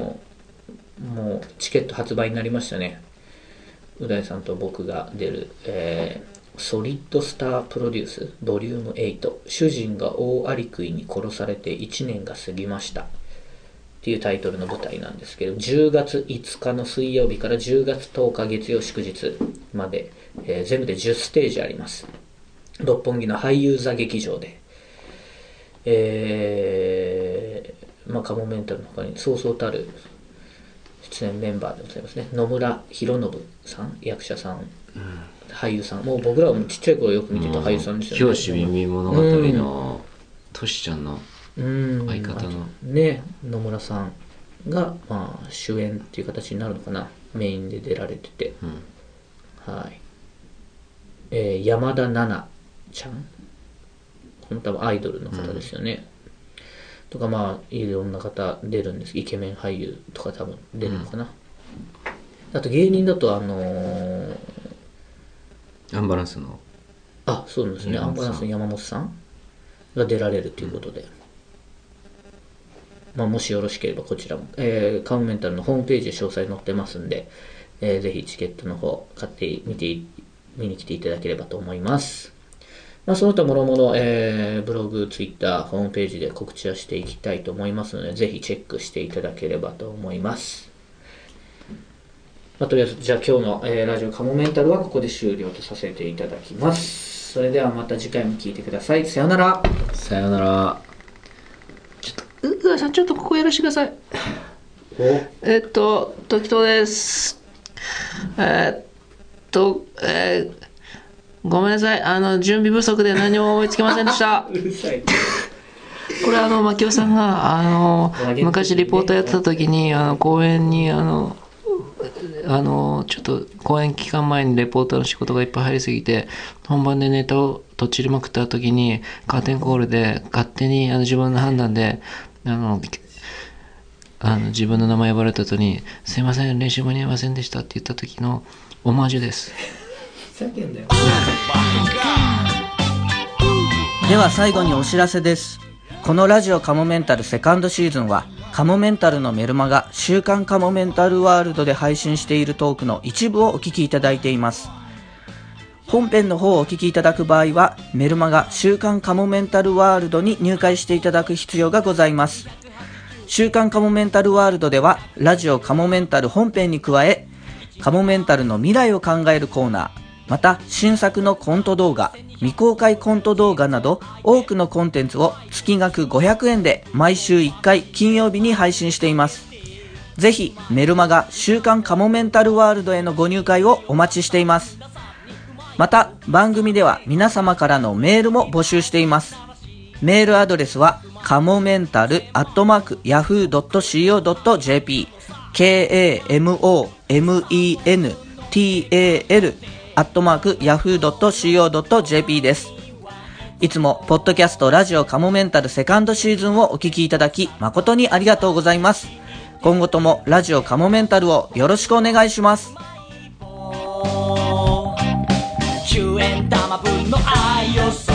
S4: もうチケット発売になりましたねう大さんと僕が出る、えーソリッドスタープロデュースボリューム8主人が大アリクイに殺されて1年が過ぎましたっていうタイトルの舞台なんですけど10月5日の水曜日から10月10日月曜祝日まで、えー全部で10ステージあります六本木の俳優座劇場でえーまあカモメンタルの他にそうそうたる出演メンバーでございますね野村弘信さん役者さん、俳優さんもう僕らもちっちゃい頃よく見てた俳優さんですよね
S2: 教師ビンビン物語のトシちゃんの
S4: うん
S2: 相方の
S4: ね野村さんが、まあ、主演っていう形になるのかなメインで出られてて、
S2: うん
S4: はいえー山田奈々ちゃんこの多分アイドルの方ですよね、とかまあいろんな方出るんですイケメン俳優とか多分出るのかな、あと芸人だとあのー
S2: アンバランスの
S4: あそうですね
S2: 山
S4: ア
S2: 本
S4: ンバ
S2: さん
S4: ランスの山本さん
S1: が出られるということで、まあ、もしよろしければこちらも、えー、カウンメンタルのホームページで詳細載ってますんで、えーぜひチケットの方買ってみて見に来ていただければと思いますまあ、その他もろもろ、えーブログ、ツイッター、ホームページで告知はしていきたいと思いますので、ぜひチェックしていただければと思います。まあ、とりあえず、じゃあ今日の、えーラジオカモメンタルはここで終了とさせていただきます。それではまた次回も聞いてください。さようなら。
S2: さよなら
S3: ううわさんちょっとここやらしてくださいえっと時藤ですえーっとえーごめんなさいあの準備不足で何も思いつきませんでした
S1: うるさい。
S3: これあの槙尾さんがあの昔リポートやってた時にあの公演にあのあのちょっと公演期間前にレポーターの仕事がいっぱい入りすぎて本番でネタをとちりまくった時にカーテンコールで勝手にあの自分の判断であのあの自分の名前呼ばれた後に「すいません練習間に合いませんでした」って言った時のオマージュです。
S1: ふざけんだよ。
S4: では最後にお知らせです。このラジオカモメンタルセカンドシーズンは、カモメンタルのメルマが週刊カモメンタルワールドで配信しているトークの一部をお聞きいただいています。本編の方をお聞きいただく場合は、メルマが週刊カモメンタルワールドに入会していただく必要がございます。週刊カモメンタルワールドでは、ラジオカモメンタル本編に加え、カモメンタルの未来を考えるコーナー、また新作のコント動画、未公開コント動画など多くのコンテンツを月額500円で毎週1回金曜日に配信しています。ぜひメルマガ週刊カモメンタルワールドへのご入会をお待ちしています。また番組では皆様からのメールも募集しています。メールアドレスは、かもメンタルアットマーク yahoo.co.jp k-a-m-o-m-e-n-t-a-l アットマーク yahoo.co.jp です。いつも、ポッドキャストラジオカモメンタルセカンドシーズンをお聞きいただき、誠にありがとうございます。今後ともラジオカモメンタルをよろしくお願いします。
S5: 10円玉分の愛を注